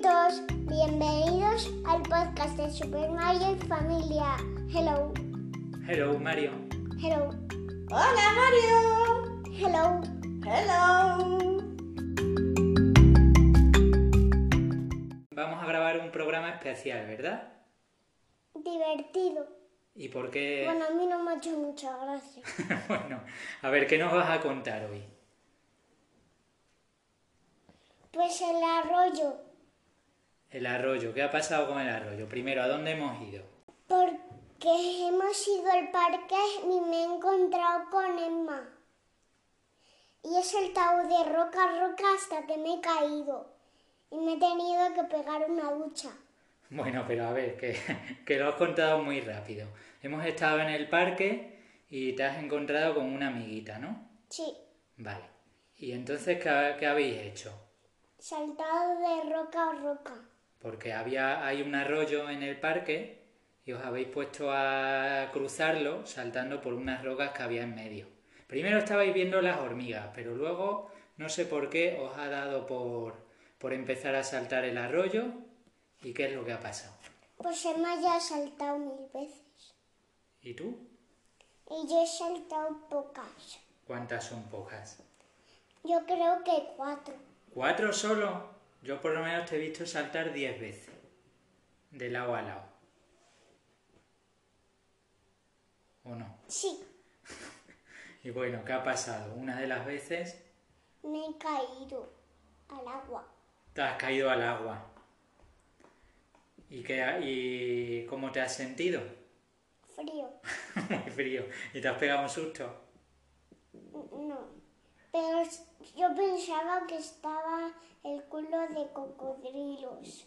todos, bienvenidos al podcast de Super Mario y Familia. Hello, Hello Mario. hello, Hola Mario. hello. Hello. Vamos a grabar un programa especial, ¿verdad? Divertido. ¿Y por Eh. qué? Bueno, a mí no me ha hecho mucha gracia. Bueno, a ver, ¿qué nos vas a contar hoy? Pues el arroyo, El arroyo, ¿qué ha pasado con el arroyo? Primero, ¿a dónde hemos ido? porque hemos ido al parque y me he encontrado con Emma. Y he saltado de roca a roca hasta que me he caído. Y me he tenido que pegar una ducha. Bueno, pero a ver, que, que lo has contado muy rápido. Hemos estado en el parque y te has encontrado con una amiguita, ¿no? Sí, Vale. ¿Y entonces qué, qué habéis hecho? saltado de roca a roca. Porque había, hay un arroyo en el parque y os habéis puesto a cruzarlo saltando por unas rocas que había en medio. Primero estabais viendo las hormigas, pero luego no sé por qué os ha dado por, por empezar a saltar el arroyo y qué es lo que ha pasado. Pues Emma ya ha saltado mil veces. ¿Y tú? Y yo he saltado pocas. ¿Cuántas son pocas? Yo creo que cuatro. ¿Cuatro solo? Yo por lo menos te he visto saltar diez veces, de lado a lado. ¿O no? Sí, Y bueno, ¿qué ha pasado? Una de las veces me he caído al agua. te has caído al agua. ¿Y, qué, ha- y cómo te has sentido? Frío. Muy frío. ¿Y te has pegado un susto? No. Pero s- yo pensaba que estaba el culo de cocodrilos.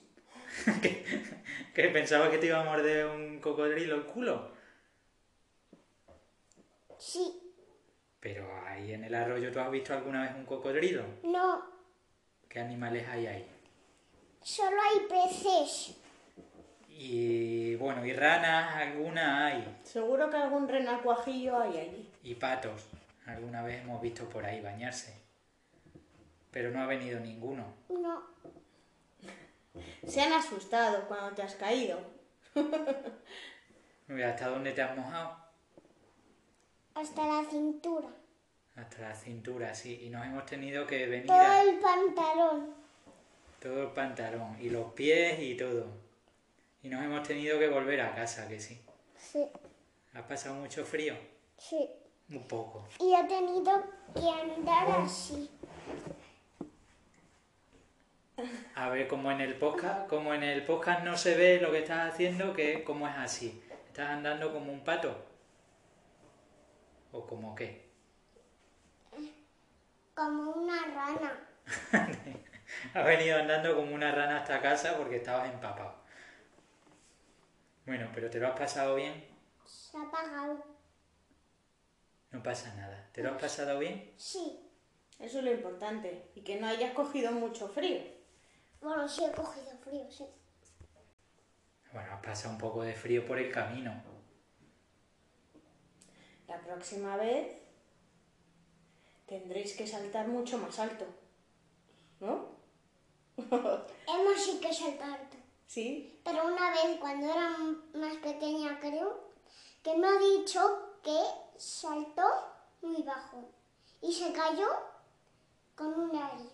¿Qué, qué, pensabas que te iba a morder un cocodrilo el culo? Sí, Pero ahí en el arroyo tú has visto alguna vez un cocodrilo. no. ¿Qué animales hay ahí? Solo hay peces. Y bueno, y ranas alguna hay. Seguro que algún renacuajillo hay allí. Y patos. Alguna vez hemos visto por ahí bañarse. Pero no ha venido ninguno. No. Se han asustado cuando te has caído. Mira, ¿hasta dónde te has mojado? Hasta la cintura. Hasta la cintura, sí. Y nos hemos tenido que venir Todo a el pantalón. todo el pantalón y los pies y todo. Y nos hemos tenido que volver a casa, que sí. Sí, ¿Has pasado mucho frío? sí. Un poco. Y he tenido que andar así. A ver, como en el podcast, como en el podcast no se ve lo que estás haciendo, que cómo es así. ¿Estás andando como un pato? ¿O como qué? Como una rana. Has venido andando como una rana hasta casa porque estabas empapado. Bueno, pero te lo has pasado bien. Se ha apagado. No pasa nada. ¿Te lo has pasado bien? Sí. Eso es lo importante. Y que no hayas cogido mucho frío. Bueno, sí he cogido frío, sí. Bueno, has pasado un poco de frío por el camino. La próxima vez tendréis que saltar mucho más alto. ¿No? Hemos sí que saltado. Sí. Pero una vez, cuando era m- más pequeña, creo, que me ha dicho que saltó muy bajo y se cayó con una herida.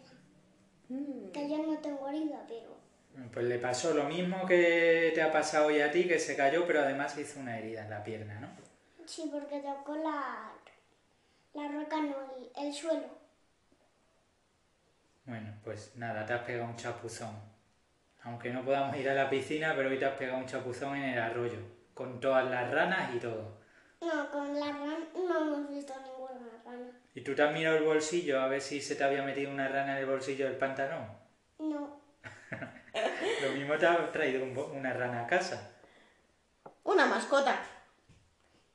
Mm. Que yo no tengo herida, pero Pues le pasó lo mismo que te ha pasado hoy a ti, que se cayó, pero además se hizo una herida en la pierna, ¿no? sí, porque tocó la, la roca, no, el, el suelo. Bueno, pues nada, te has pegado un chapuzón. Aunque no podamos ir a la piscina, pero hoy te has pegado un chapuzón en el arroyo, con todas las ranas y todo. No, con la rana no hemos visto ninguna rana. ¿Y tú te has mirado el bolsillo a ver si se te había metido una rana en el bolsillo del pantalón? No, Lo mismo te has traído un bo- una rana a casa. Una mascota.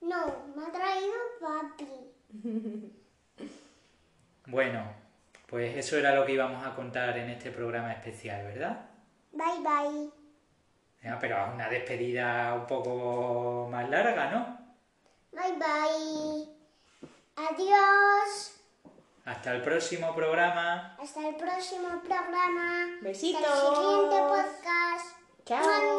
no, me ha traído papi. Bueno, pues eso era lo que íbamos a contar en este programa especial, ¿verdad? Bye bye. Ya, pero haz una despedida un poco más larga, ¿no? Bye bye. Adiós. Hasta el próximo programa. Hasta el próximo programa. Besitos. Hasta el siguiente podcast. Chao.